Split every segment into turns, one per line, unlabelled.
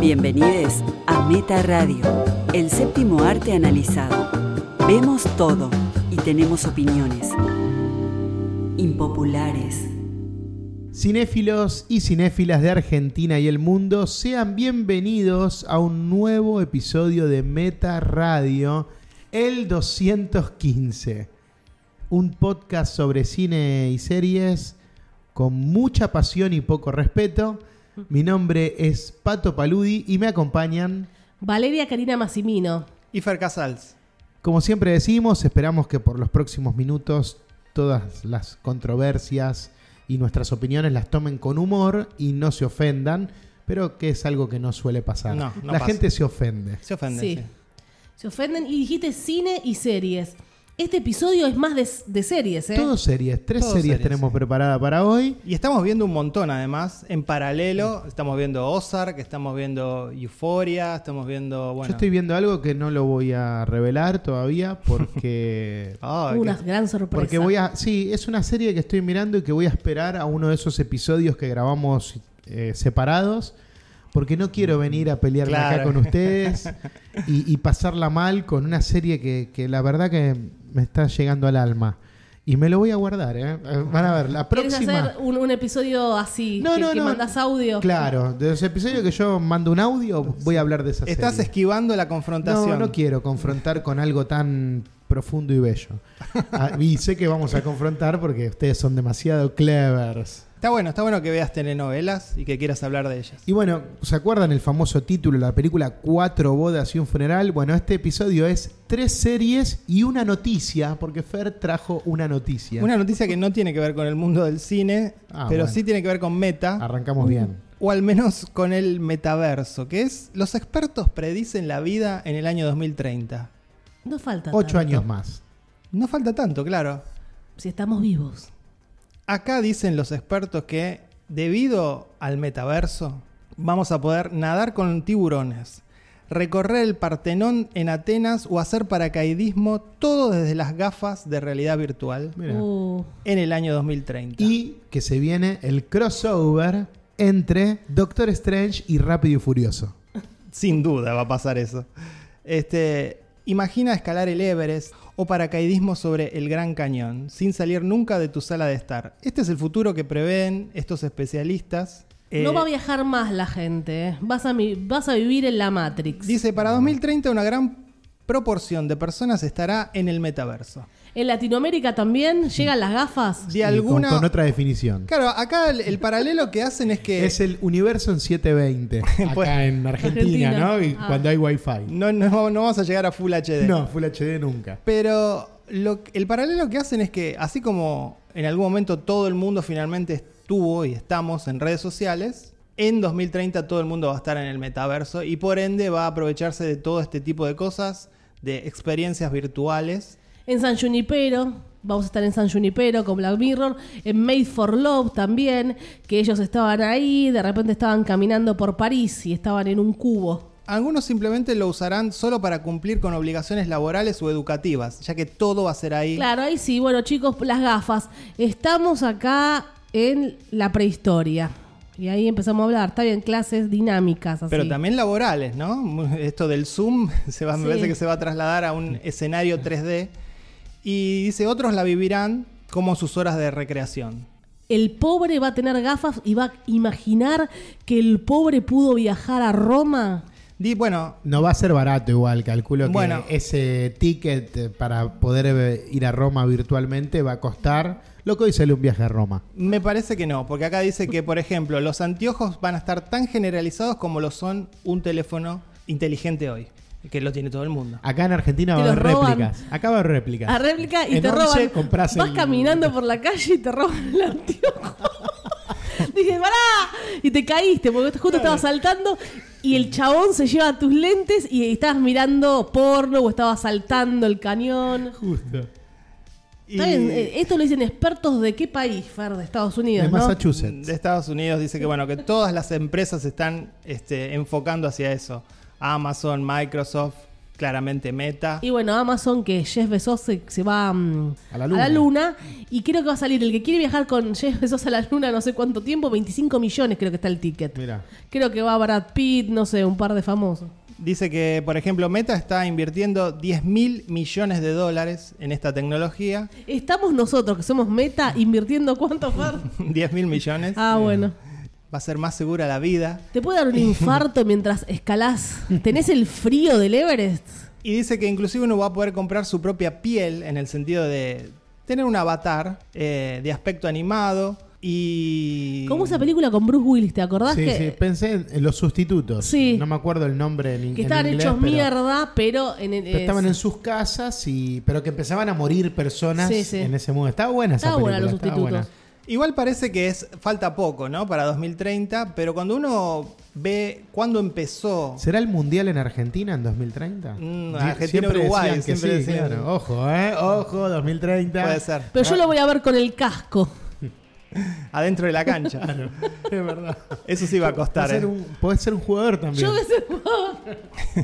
Bienvenidos a Meta Radio, el séptimo arte analizado. Vemos todo y tenemos opiniones impopulares.
Cinéfilos y cinéfilas de Argentina y el mundo, sean bienvenidos a un nuevo episodio de Meta Radio, el 215. Un podcast sobre cine y series con mucha pasión y poco respeto. Mi nombre es Pato Paludi y me acompañan,
Valeria Karina Massimino.
Y Fer Casals.
como siempre decimos, esperamos que por los próximos minutos todas las controversias y nuestras opiniones las tomen con humor y no se ofendan, pero que es algo que no suele pasar.
No, no
La
pasa.
gente se ofende.
Se ofende.
Sí.
Sí.
Se ofenden y dijiste cine y series. Este episodio es más de, de series, ¿eh?
Todo series, tres
Todo
series
series,
tenemos
sí.
preparada para hoy.
Y estamos viendo un montón además, en paralelo. Estamos viendo Ozark, estamos viendo Euphoria, estamos viendo. Bueno.
Yo estoy viendo algo que no lo voy a revelar todavía porque
Ah,
Hubo una
qué-
gran sorpresa.
Porque voy a. Sí, es una serie que estoy mirando y que voy a esperar a uno de esos episodios que grabamos eh, separados. Porque no
Mm,
quiero venir a pelearme acá
Claro.
con ustedes y, y pasarla mal con una serie que, que la verdad que me está llegando al alma. Y me lo voy a guardar, ¿eh? Eh, Van a ver, la
¿Querés
próxima.
hacer un, un episodio así?
No,
que,
no,
que
no.
mandas audio.
Claro, de los episodios que yo mando un audio, voy a hablar de esa
Estás
serie.
esquivando la confrontación.
No, no quiero confrontar con algo tan profundo y bello. Ah, y sé que vamos a confrontar porque ustedes son demasiado clevers.
Está bueno, está bueno que veas telenovelas y que quieras hablar de ellas.
Y bueno, ¿se acuerdan el famoso título de la película Cuatro bodas y un funeral? Bueno, este episodio es tres series y una noticia, porque Fer trajo una noticia.
Una noticia que no tiene que ver con el mundo del cine,
Ah,
pero
bueno.
sí tiene que ver con Meta.
Arrancamos bien.
O al menos con el metaverso, que es los expertos predicen la vida en el año 2030.
No falta.
Ocho
tanto,
años más.
No falta tanto, claro.
Si estamos vivos.
Acá dicen los expertos que debido al metaverso vamos a poder nadar con tiburones, recorrer el Partenón en Atenas o hacer paracaidismo todo desde las gafas de realidad virtual
Mira.
Uh,
en el año 2030.
Y que se viene el crossover entre Doctor Strange y Rápido y Furioso.
Sin duda va a pasar eso. Este, imagina escalar el Everest o paracaidismo sobre el Gran Cañón, sin salir nunca de tu sala de estar. Este es el futuro que prevén estos especialistas. Eh,
no va a viajar más la gente. ¿eh? Vas a, mi- vas a vivir en la Matrix.
Dice, para 2030 una gran proporción de personas estará en el metaverso.
En Latinoamérica también llegan las gafas.
De
Y
alguna...
con, con otra definición.
Claro, acá el, el paralelo que hacen es que...
Es el universo en 720. Acá
Pues-
en Argentina,
Argentina.
¿no? Y
Ah.
cuando hay wifi.
No, no, no vamos a llegar a Full HD.
No, Full HD nunca.
Pero lo- el paralelo que hacen es que, así como en algún momento todo el mundo finalmente estuvo y estamos en redes sociales, en 2030 todo el mundo va a estar en el metaverso y por ende va a aprovecharse de todo este tipo de cosas, de experiencias virtuales.
En San Junipero, vamos a estar en San Junipero con Black Mirror, en Made for Love también, que ellos estaban ahí, de repente estaban caminando por París y estaban en un cubo.
Algunos simplemente lo usarán solo para cumplir con obligaciones laborales o educativas, ya que todo va a ser ahí.
Claro, ahí sí, bueno chicos, las gafas. Estamos acá en la prehistoria. Y ahí empezamos a hablar, está bien, clases dinámicas. Así.
Pero también laborales, ¿no? Esto del Zoom se va,
Sí.
me parece que se va a trasladar a un escenario 3D. Y dice, otros la vivirán como sus horas de recreación.
El pobre va a tener gafas y va a imaginar que el pobre pudo viajar a Roma.
Di, bueno,
No va a ser barato igual, calculo que
Bueno.
ese ticket eh, para poder eh, ir a Roma virtualmente va a costar lo que hoy sale un viaje a Roma.
me parece que no, porque acá dice que, por ejemplo, los anteojos van a estar tan generalizados como lo son un teléfono inteligente hoy, que lo tiene todo el mundo.
Acá en Argentina
Te
va a
lo
haber
roban.
réplicas. Acá va a haber réplicas.
A réplica y
En
te
Once
roban.
compras
vas
el-
caminando por la calle y te roban el anteojo. Dije, pará. Y te caíste porque justo estabas saltando y el chabón se lleva tus lentes y estabas mirando porno o estabas saltando el cañón.
Justo.
Y
Está bien, eh, Esto lo dicen expertos de qué país, Fer, de Estados Unidos,
De
¿no?
Massachusetts.
de Estados Unidos dice que, bueno, que todas las empresas están este, enfocando hacia eso. Amazon, Microsoft, claramente Meta.
Y bueno, Amazon, que Jeff Bezos se, se va mm,
A la luna.
luna, Y creo que va a salir el que quiere viajar con Jeff Bezos a la luna no sé cuánto tiempo, 25 millones creo que está el ticket.
Mira.
Creo que va Brad Pitt, no sé, un par de famosos.
Dice que, por ejemplo, Meta está invirtiendo 10 mil millones de dólares en esta tecnología.
Estamos nosotros, que somos meta, invirtiendo cuánto, Fer?
10 mil millones.
Ah, bueno.
Va a ser más segura la vida.
¿Te puede dar un infarto mientras escalás? ¿Tenés el frío del Everest?
Y dice que inclusive uno va a poder comprar su propia piel en el sentido de tener un avatar eh, de aspecto animado y...
Como esa película con Bruce Willis, ¿te acordás?
Sí,
que,
sí, pensé en, en los sustitutos.
Sí.
No me acuerdo el nombre en, in-
que
en
estaban
inglés,
hechos
pero-
mierda, pero en el.
pero estaban
es-
en sus casas, y pero que empezaban a morir personas
Sí, sí.
en ese mundo. Estaba buena esa
Estaba buena
película,
Los
estaba buena.
Sustitutos.
Igual parece que es falta poco, ¿no? Para 2030, pero cuando uno ve cuándo empezó...
¿Será el Mundial en Argentina en 2030?
Mm,
Sie-
Argentina,
siempre
Uruguay,
decían que
siempre
sí,
decían.
claro. Ojo, ¿eh? Ojo, 2030.
Puede ser.
Pero
Ah.
yo lo voy a ver con el casco.
Adentro de la cancha.
Es verdad.
Eso sí va a
Puede
costar.
ser
¿eh?
un, podés ser un jugador también.
Yo que sé.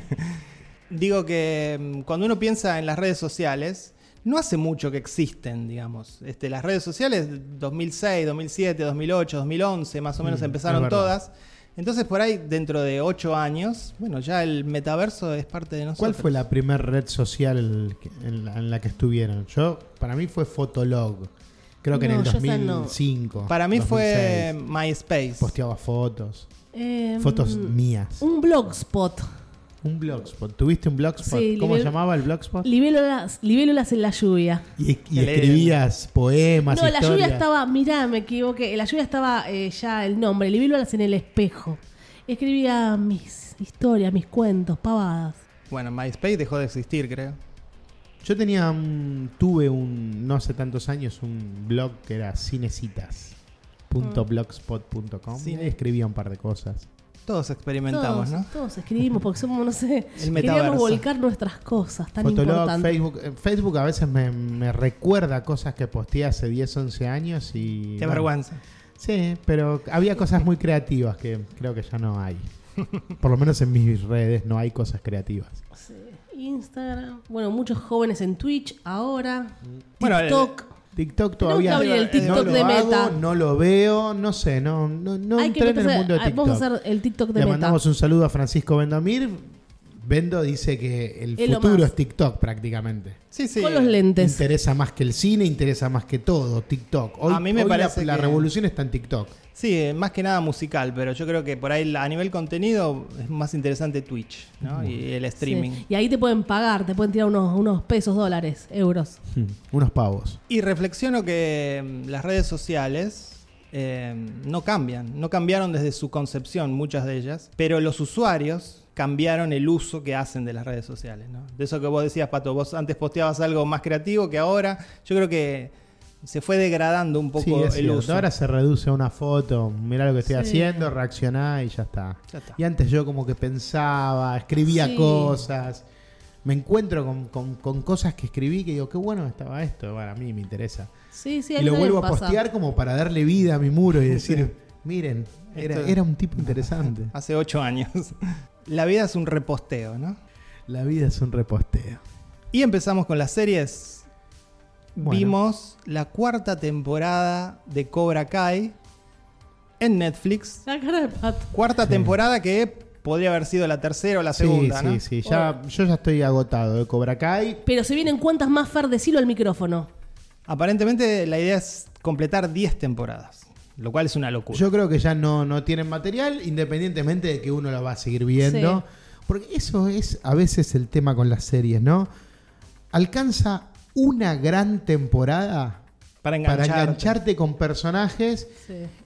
Digo que mm, cuando uno piensa en las redes sociales, no hace mucho que existen, digamos. Este, las redes sociales, 2006, 2007, 2008, 2011, más o menos
Mm, es
empezaron
verdad.
todas. Entonces, por ahí, dentro de ocho años, bueno, ya el metaverso es parte de nosotros.
¿Cuál fue la primera red social que- en la, en la que estuvieron? Yo, para mí fue Fotolog. Creo que en
No,
el
yo esa no.
2005.
Para mí
2006.
fue MySpace.
Posteaba fotos.
Eh,
Fotos mías.
Un blogspot.
Un blogspot. ¿Tuviste un blogspot?
Sí,
¿Cómo
liber-
llamaba el blogspot?
Libélulas, libélulas en la lluvia.
Y, y
El-
escribías poemas,
no, la lluvia
historias.
estaba. Mirá, me equivoqué. La lluvia estaba eh, ya el nombre. Libélulas en el espejo. Escribía mis historias, mis cuentos, pavadas.
Bueno, MySpace dejó de existir, creo.
Yo tenía un- tuve un, no hace tantos años, un blog que era cinecitas.blogspot.com.
Cine.
Ahí escribía un par de cosas.
Todos
Todos,
experimentamos, ¿no?
todos escribimos porque somos, no sé,
metaverso.
queríamos volcar nuestras cosas tan
Fotolog,
importantes.
Facebook. eh, Facebook a veces me, me recuerda cosas que posteé hace 10, 11 años y...
Qué
bueno,
vergüenza.
Sí, pero había cosas muy creativas que creo que ya no hay. Por lo menos en mis redes no hay cosas creativas.
Sí. Instagram. Bueno, muchos jóvenes en Twitch ahora.
Bueno, el-
TikTok.
TikTok
Tenemos que
todavía
abrir el TikTok
no
de
lo hago,
Meta.
no lo veo, no sé, no, no, no
Hay que
entré en el
meterse-
mundo de
ah,
TikTok.
Vamos a hacer el TikTok de
Le
Meta.
mandamos un saludo a Francisco Vendomir. Vendo dice que el
Es lo
futuro
más.
es TikTok prácticamente.
Sí, sí. eh,
Con los lentes.
Interesa más que el cine, interesa más que todo, TikTok. Hoy,
A mí me
hoy la-
parece
la,
que-
revolución está en TikTok.
Sí, eh, más que nada musical, pero yo creo que por ahí la- a nivel contenido es más interesante Twitch, ¿no? Y el
Sí.
streaming.
Y ahí te pueden pagar, te pueden tirar unos, unos pesos, dólares, euros.
Hmm.
Unos pavos.
Y reflexiono que mm, las redes sociales eh, no cambian, no cambiaron desde su concepción muchas de ellas, pero los usuarios cambiaron el uso que hacen de las redes sociales, ¿no? De eso que vos decías, Pato, vos antes posteabas algo más creativo que ahora, yo creo que se fue degradando un poco
Sí, es
el
cierto.
uso.
Ahora se reduce a una foto, mirá lo que estoy
Sí.
haciendo, reaccioná y ya está.
Ya está.
Y antes yo como que pensaba, escribía
Sí.
cosas. Me encuentro con, con- con cosas que escribí que digo, qué bueno estaba esto, para mí me interesa.
Sí, sí, ahí
y lo
también
vuelvo a
pasa.
postear como para darle vida a mi muro y decir, miren, era,
Esto-
era un tipo interesante.
Hace ocho años. La vida es un reposteo, ¿no?
La vida es un reposteo.
Y empezamos con las series.
Bueno.
Vimos la cuarta temporada de Cobra Kai en Netflix.
La cara de pato.
Cuarta temporada que podría haber sido la tercera o la segunda,
sí,
¿no?
sí, sí. Ya, yo ya estoy agotado de Cobra Kai.
Pero se vienen cuantas más, Fer, decilo al micrófono.
Aparentemente la idea es completar 10 temporadas, lo cual es una locura.
Yo creo que ya no, no tienen material, independientemente de que uno la va a seguir viendo.
Sí.
Porque eso es a veces el tema con las series, ¿no? Alcanza una gran temporada para
para enganchar.
engancharte con personajes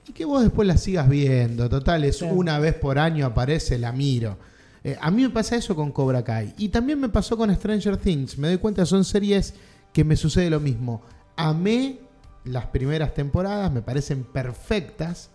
y que vos después la sigas viendo. Total, es
Sí.
una vez por año aparece, la miro. Eh, a mí me pasa eso con Cobra Kai. Y también me pasó con Stranger Things. Me doy cuenta, son series que me sucede lo mismo. Amé las primeras temporadas, me parecen perfectas.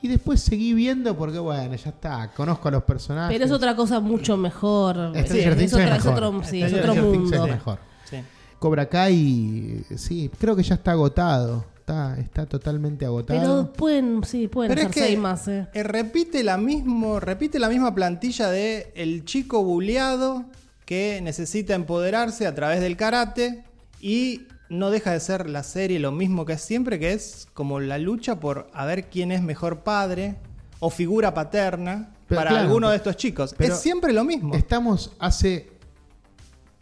Y después seguí viendo porque, bueno, ya está, conozco a los personajes.
Pero es otra cosa mucho mejor.
Stranger Things Este es
es, otra- es
mejor.
otro, sí, es
Stranger
otro
Things es
mundo.
mejor.
Sí.
Cobra Kai, eh, sí, creo que ya está agotado. Está, está totalmente agotado.
Pero pueden, sí, pueden
Pero es
hacer
que
seis más. eh.
eh, repite, la mismo, repite la misma plantilla de el chico buleado que necesita empoderarse a través del karate y no deja de ser la serie lo mismo que es siempre, que es como la lucha por a ver quién es mejor padre o figura paterna
Pero
para
claro,
alguno de
pero-
estos chicos.
pero-
es siempre lo mismo.
Estamos hace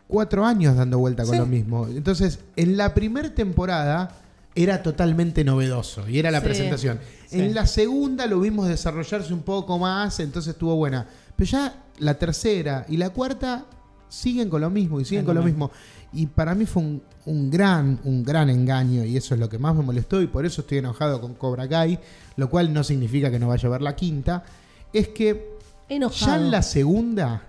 cuatro años dando vuelta con
Sí.
lo mismo. Entonces, en la primera temporada era totalmente novedoso y era la
Sí.
presentación.
Sí.
En la segunda lo vimos desarrollarse un poco más, entonces estuvo buena. Pero ya la tercera y la cuarta siguen con lo mismo y siguen
Es
con
lo
lo mismo. Y para mí fue un, un gran, un gran engaño y eso es lo que más me molestó y por eso estoy enojado con Cobra Kai, lo cual no significa que no vaya a ver la quinta. Es que ya
Enojado.
en la segunda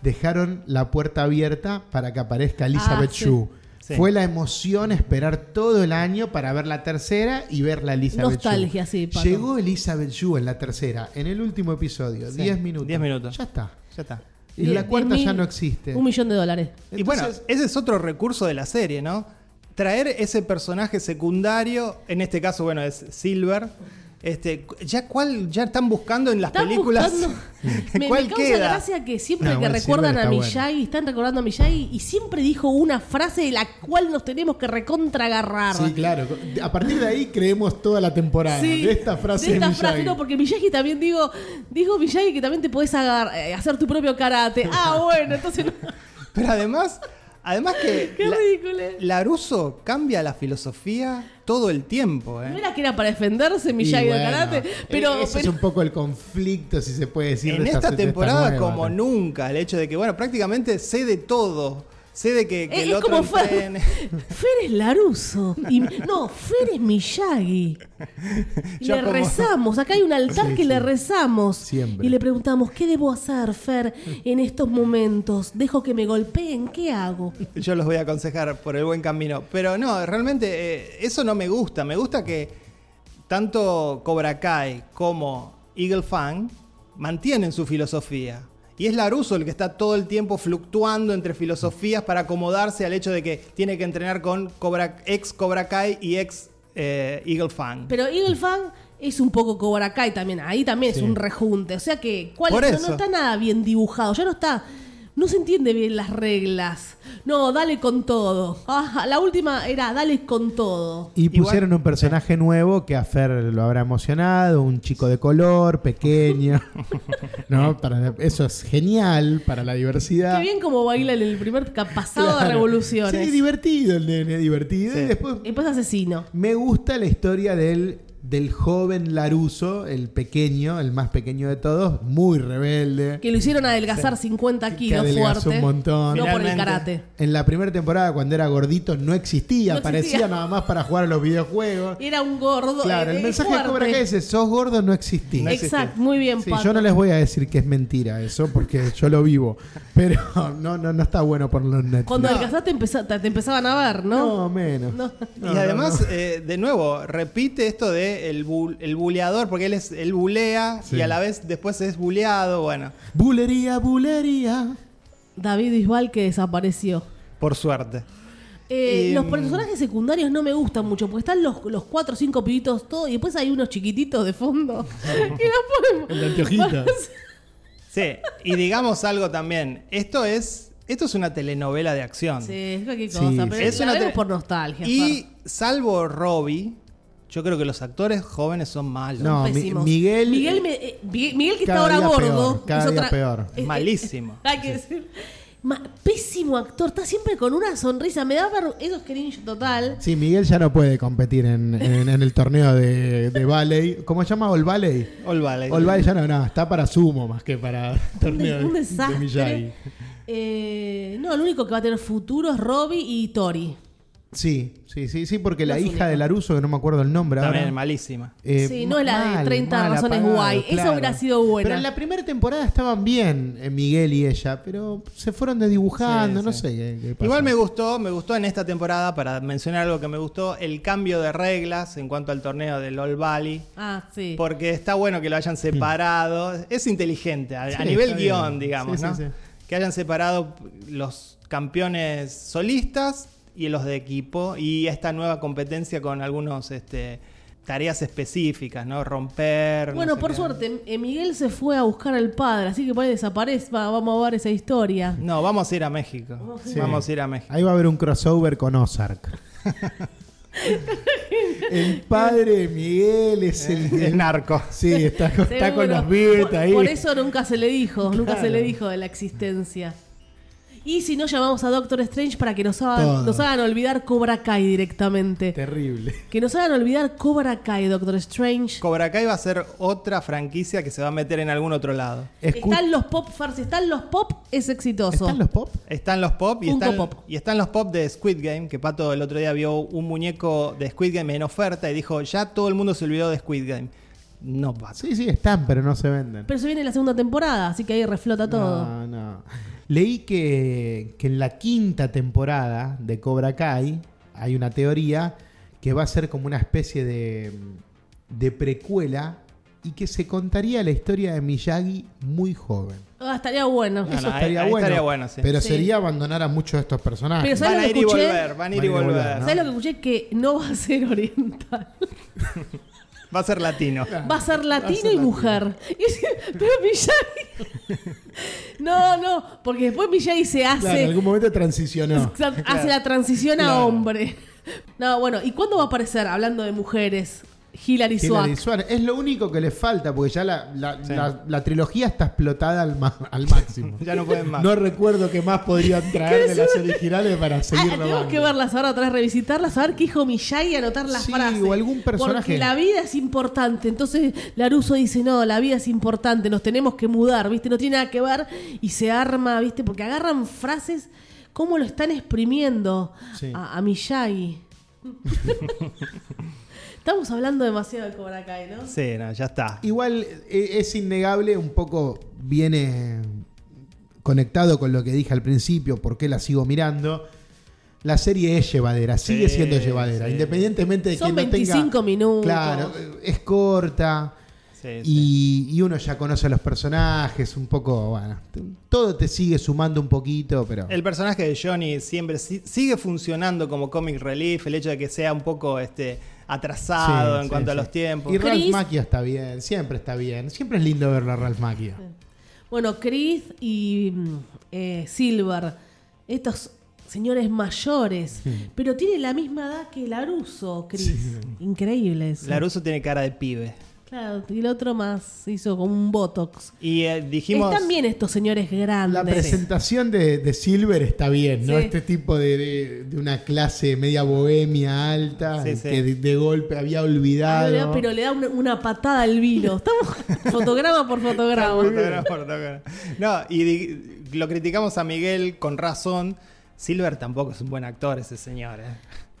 dejaron la puerta abierta para que aparezca Elizabeth
Ah, sí.
Shue.
Sí.
Fue la emoción esperar todo el año para ver la tercera y ver la Elizabeth Shue.
Nostalgia, sí, Pato.
Llegó Elizabeth Shue en la tercera, en el último episodio,
Sí,
10 minutos.
10 minutos.
Ya está.
Ya está.
Y
Diez-
la cuarta
diez
ya
mil-
no existe.
Un millón de dólares.
y bueno,
Entonces-
ese es otro recurso de la serie, ¿no? Traer ese personaje secundario, en este caso, bueno, es Silver. Este, ya cuál, ya están buscando en las
Están
películas.
buscando- Me, me
¿Cuál
causa
queda?
gracia que siempre
No,
que
igual
recuerdan
Silver
a
está
Miyagi, están recordando a Miyagi y siempre dijo una frase de la cual nos tenemos que recontragarrar.
Sí, claro. A partir de ahí creemos toda la temporada.
Sí,
de esta frase
de esta
de
frase,
Miyagi.
no, porque Miyagi también digo, dijo Miyagi que también te podés agar- eh, hacer tu propio karate. Ah, bueno, entonces no.
Pero además, además que
Qué
la-
ridículo.
Laruso cambia la filosofía todo el tiempo,
No
¿eh?
era que era para defenderse
Y
Miyagi
bueno,
del karate,
e-
pero,
ese es
pero-
un poco el conflicto, si se puede decir.
En
de
esta
de
temporada
nueva,
como
¿no?
nunca, el hecho de que, bueno, prácticamente sé de todo. Sé de que, que
Eh,
el
es
otro
como Fer.
entrene.
Fer es Laruso. Y, no, Fer es Miyagi. Y
Yo
le
como-
rezamos. Acá hay un altar
Sí,
que le
sí.
rezamos.
Siempre.
Y le preguntamos, ¿qué debo hacer, Fer, en estos momentos? ¿Dejo que me golpeen? ¿Qué hago?
Yo los voy a aconsejar por el buen camino. Pero no, realmente eh, eso no me gusta. Me gusta que tanto Cobra Kai como Eagle Fang mantienen su filosofía. Y es Laruso el que está todo el tiempo fluctuando entre filosofías para acomodarse al hecho de que tiene que entrenar con Cobra, ex Cobra Kai y ex eh, Eagle Fang.
Pero Eagle Fang es un poco Cobra Kai también. Ahí también es
Sí.
un rejunte. O sea que ¿cuál
Por
es? No-
eso.
No, está nada bien dibujado. Ya no está. No se entiende bien las reglas. No, dale con todo. Ah, la última era dale con todo.
Y
Igual-
pusieron un personaje nuevo que a Fer lo habrá emocionado, un chico de color, pequeño. ¿No? Para- eso es genial para la diversidad.
Qué bien como baila en el primer ca- pasado
Claro.
de revoluciones.
Sí, divertido el nene, divertido.
Sí.
Y después
Y después asesino.
me gusta la historia del, del joven Laruso, el pequeño, el más pequeño de todos, muy rebelde.
Que lo hicieron adelgazar 50 kilos
adelgazó
fuerte.
un montón.
No por el
Finalmente.
karate.
En la primera temporada, cuando era gordito, no existía,
No existía.
parecía nada más para jugar a los videojuegos.
Era un gordo.
Claro,
eh,
el
eh,
mensaje
fuerte.
de Cobra Kai es: sos gordo, no existís.
No existe.
Exacto, muy bien,
Sí,
Pato.
yo no les voy a decir que es mentira eso, porque yo lo vivo. Pero no, no, no está bueno por los Netflix.
Cuando
no,
adelgazaste empeza- te, te empezaban a ver, ¿no?
no, menos.
No.
No,
y
no,
además,
no.
eh, de nuevo, repite esto de el, bu- el buleador, porque él es el bulea
Sí.
y a la vez después es buleado, bueno,
Bulería, bulería.
David Bisbal que desapareció.
por suerte.
Eh,
Y,
los
mm,
personajes secundarios no me gustan mucho, porque están los, los cuatro o cinco pibitos todos y después hay unos chiquititos de fondo. que no podemos.
El de anteojitos.
Sí, y digamos algo también, esto es, esto es una telenovela de acción.
Sí, es cualquier
Sí,
cosa,
sí.
pero
Es
la
una
vemos
tele-
por nostalgia.
Y
Fer.
salvo Robbie, yo creo que los actores jóvenes son malos.
No, Mi-
Pésimos.
Miguel-
Miguel, me- eh, Miguel- Miguel que está
Cada
ahora
día
gordo.
peor, cada
es
día
otra-
peor.
es-
Malísimo.
Hay que decir. Ma- pésimo actor, está siempre con una sonrisa. Me da vergüenza. Eso es cringe total.
Sí, Miguel ya no puede competir en, en- en el torneo de, de ballet. ¿Cómo se llama? ¿All Valley?
All Valley.
All Valley ya no, no, está para sumo más que para
Un,
torneo
des- un
de- de
desastre.
Miyagi.
Eh, no, el único que va a tener futuro es Robbie y Tori.
Sí, sí, sí, sí, porque la
Los
hija
únicos.
de Laruso, que no me acuerdo el nombre
También
ahora.
malísima.
eh,
Sí, no es la de 30 razones guay. Esa hubiera sido buena.
Pero en la primera temporada estaban bien eh, Miguel y ella, pero se fueron desdibujando,
Sí,
no
sí.
sé qué, qué pasó.
Igual me gustó, me gustó en esta temporada, para mencionar algo que me gustó, el cambio de reglas en cuanto al torneo del All Valley.
Ah, sí.
Porque está bueno que lo hayan separado. Es inteligente, a, a
Hmm. Sí,
nivel
está
guión,
bien.
digamos,
Sí,
¿no?
sí, sí.
Que hayan separado los campeones solistas y los de equipo. Y esta nueva competencia con algunos este, tareas específicas, ¿no? Romper. no
Bueno,
sé
por
qué.
suerte, eh, Miguel se fue a buscar al padre, así que por ahí desaparece. va- Vamos a ver esa historia.
No, vamos a ir a México.
Sí.
Vamos a ir a México.
Ahí va a haber un crossover con Ozark. el padre de Miguel es el,
Es
el-
narco.
Sí, está, está con
Seguro.
los Beatles
Por-
ahí.
Por eso nunca se le dijo, nunca se
Claro.
le dijo de la existencia. Y si no, llamamos a Doctor Strange para que nos hagan,
Todo.
nos hagan olvidar Cobra Kai directamente.
Terrible.
Que nos hagan olvidar Cobra Kai, Doctor Strange.
Cobra Kai va a ser otra franquicia que se va a meter en algún otro lado.
Escu-
Están los pop, Far, si están los pop, es exitoso.
¿Están los pop?
Están los pop y
Funko
están,
Pop.
y están los pop de Squid Game, que Pato el otro día vio un muñeco de Squid Game en oferta y dijo, ya todo el mundo se olvidó de Squid Game. No, Pato.
Sí, sí, están, pero no se venden.
Pero se viene la segunda temporada, así que ahí reflota todo.
No, no. Leí que, que en la quinta temporada de Cobra Kai hay una teoría que va a ser como una especie de, de precuela y que se contaría la historia de Miyagi muy joven.
Ah, estaría bueno.
Ah,
Eso
no, ahí-
estaría,
ahí
bueno,
estaría bueno, sí.
Pero
Sí.
sería abandonar a muchos de estos
Pero
personajes.
¿sabes lo
Van a
que
ir y
escuché?
volver, van a ir y
Van a ir y
volver.
volver,
¿Sabes lo que escuché? Que no va a ser oriental.
Va a ser latino.
Va a ser latino y mujer. Y dice, pero Miyagi. No, no, porque después Miyagi se hace,
Claro, en algún momento transicionó.
sa- hace la transición a
Claro.
hombre. No, bueno, ¿y cuándo va a aparecer, hablando de mujeres, Hilary
Hilary
Swank?
Swank. Es lo único que le falta, porque ya la, la-
Sí.
la- la trilogía está explotada al, ma- al máximo.
Ya no pueden más.
No recuerdo qué más podrían traer de las originales para
Ah,
seguir
tenemos
robando.
que verlas ahora atrás, revisitarlas, a ver qué dijo Miyagi, anotar las
Sí,
frases.
o algún personaje.
Porque la vida es importante. Entonces Laruso dice, no, la vida es importante, nos tenemos que mudar, ¿viste? No tiene nada que ver. Y se arma, ¿viste? Porque agarran frases, cómo lo están exprimiendo
Sí.
a, a Miyagi. Estamos hablando demasiado de Cobra Kai, ¿no?
Sí, no, ya está.
Igual eh, es innegable, un poco viene conectado con lo que dije al principio, por qué la sigo mirando. La serie es llevadera, sigue
Sí,
siendo llevadera,
sí.
independientemente de
Son
que no tenga-
25 minutos.
Claro, eh, es corta
Sí, sí.
y, y uno ya conoce a los personajes, un poco, bueno, t- todo te sigue sumando un poquito, pero
El personaje de Johnny siempre si- sigue funcionando como comic relief, el hecho de que sea un poco este atrasado
Sí,
en
sí,
cuanto a
sí.
los tiempos.
y Ralph
Chris-
Macchio está bien, siempre está bien, siempre es lindo verlo a Ralph Macchio.
Bueno, Chris y mm, eh, Silver, estos señores mayores, pero tiene la misma edad que Laruso, Chris. Increíble eso.
Laruso tiene cara de pibe.
Claro, y el otro más hizo como un botox.
Y eh, dijimos
Están bien estos señores
La
grandes.
presentación de, de Silver está bien, ¿no?
Sí.
Este tipo de, de- de una clase media bohemia alta,
Sí, sí.
que de, de golpe había
Ah, le da-
olvidado.
Pero le da una, una patada al vino. Estamos fotograma por fotograma.
Fotógrafo, fotógrafo. No, y di- lo criticamos a Miguel con razón. Silver tampoco es un buen actor ese señor, ¿eh?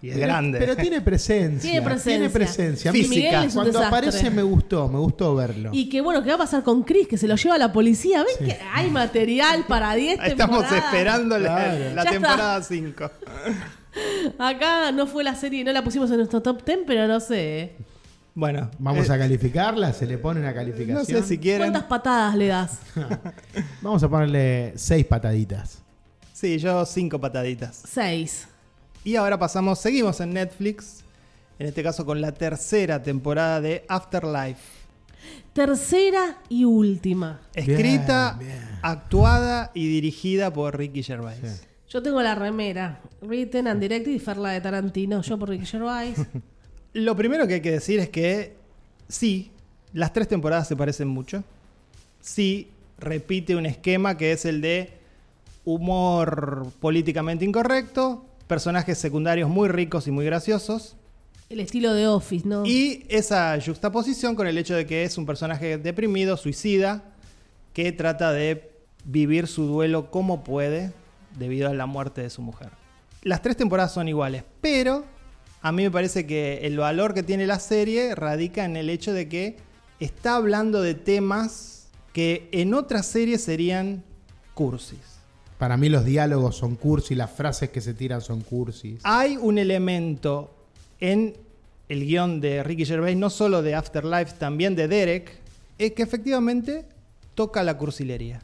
Y es
Pero-
grande.
Pero tiene presencia.
Tiene presencia.
presencia. A mí-
Física. Miguel
es un
Cuando
desastre.
aparece me gustó, me gustó verlo.
Y que bueno, ¿qué va a pasar con Chris? Que se lo lleva a la policía. ¿Ven que hay material para 10
Estamos
temporadas?
esperando la-
Claro.
la,
Ya
temporada 5.
Acá no fue la serie, no la pusimos en nuestro top 10, pero no sé. ¿eh?
Bueno,
Vamos
eh,
a calificarla, se le pone una calificación.
No sé si quieren.
¿Cuántas patadas le das?
Vamos a ponerle seis pataditas.
Sí, yo cinco pataditas.
Seis.
Y ahora pasamos, seguimos en Netflix. En este caso con la tercera temporada de Afterlife.
Tercera y última.
Escrita,
Bien, bien.
actuada y dirigida por Ricky Gervais.
Yo tengo la remera. Written and directed y Ferla de Tarantino. Yo por Ricky Gervais.
Lo primero que hay que decir es que sí, las tres temporadas se parecen mucho. Sí, repite un esquema que es el de humor políticamente incorrecto, personajes secundarios muy ricos y muy graciosos,
El estilo de Office, ¿no?
y esa juxtaposición con el hecho de que es un personaje deprimido, suicida, que trata de vivir su duelo como puede debido a la muerte de su mujer. Las tres temporadas son iguales, pero a mí me parece que el valor que tiene la serie radica en el hecho de que está hablando de temas que en otras series serían cursis.
Para mí los diálogos son cursi, las frases que se tiran son cursis.
Ah,
Hay un elemento en el guión de Ricky Gervais, no solo de Afterlife, también de Derek, es que efectivamente toca la cursilería.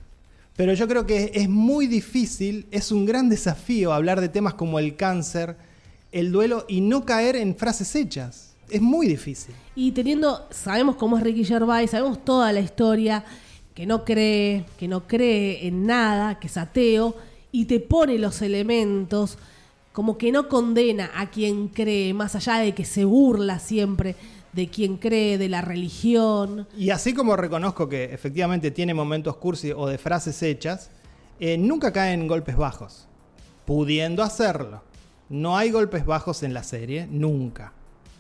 Pero yo creo que es muy difícil, es un gran desafío hablar de temas como el cáncer, el duelo y no caer en frases hechas. es muy difícil.
Y teniendo, sabemos cómo es Ricky Gervais, sabemos toda la historia, que no cree, que no cree en nada, que es ateo, y te pone los elementos, como que no condena a quien cree, más allá de que se burla siempre de quien cree, de la religión.
Y así como reconozco que efectivamente tiene momentos cursi o de frases hechas, eh, nunca caen en golpes bajos, pudiendo hacerlo. No hay golpes bajos en la serie, nunca.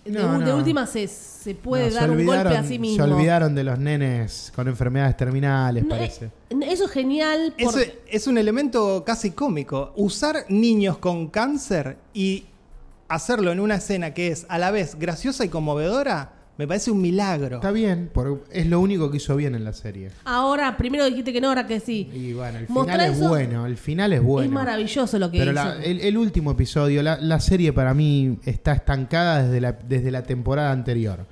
De,
No,
u- de
no.
última se, se puede
No,
dar un golpe a sí mismo.
Se olvidaron de los nenes con enfermedades terminales,
No,
parece.
eh, Eso es genial.
Es,
porque-
es un elemento casi cómico. Usar niños con cáncer y hacerlo en una escena que es a la vez graciosa y conmovedora, me parece un milagro.
Está bien, por- es lo único que hizo bien en la serie.
Ahora, primero dijiste que no, ahora que sí.
Y bueno, el
Mostrá
final es
eso.
bueno, el final es bueno.
Es maravilloso lo que
Pero
hizo.
la- el, el último episodio, la, la serie para mí está estancada desde la, desde la temporada anterior.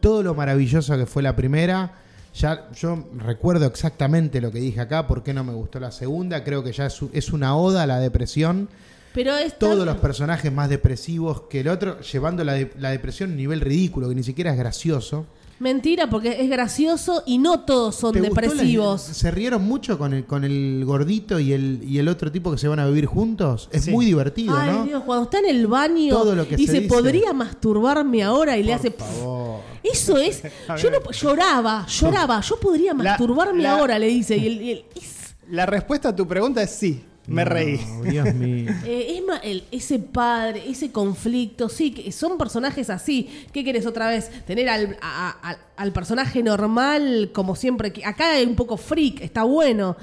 Todo lo maravilloso que fue la primera, ya yo recuerdo exactamente lo que dije acá, por qué no me gustó la segunda, creo que ya es, u- es una oda a la depresión.
Pero es tan-
Todos los personajes más depresivos que el otro, llevando la, de- la depresión a un nivel ridículo, que ni siquiera es gracioso.
mentira porque es gracioso y no todos son
¿Te gustó la-
depresivos.
¿Se rieron mucho con el, con el gordito y el, y el otro tipo que se van a vivir juntos? Es
Sí.
muy divertido,
Ay,
¿no?
Dios, cuando está en el baño
Todo lo que se
dice,
dice.
podría masturbarme ahora y le hace...
Por favor.
Eso es... Yo no, lloraba, lloraba. Yo podría
La-
masturbarme
la-
ahora, le dice. Y el- y el- es,
La respuesta a tu pregunta es sí, me
No,
reí.
Dios mío.
eh, es ma- el- ese padre, ese conflicto, sí, que son personajes así. ¿Qué querés otra vez? Tener al, a- a- al personaje normal como siempre. que- Acá hay un poco freak, está bueno.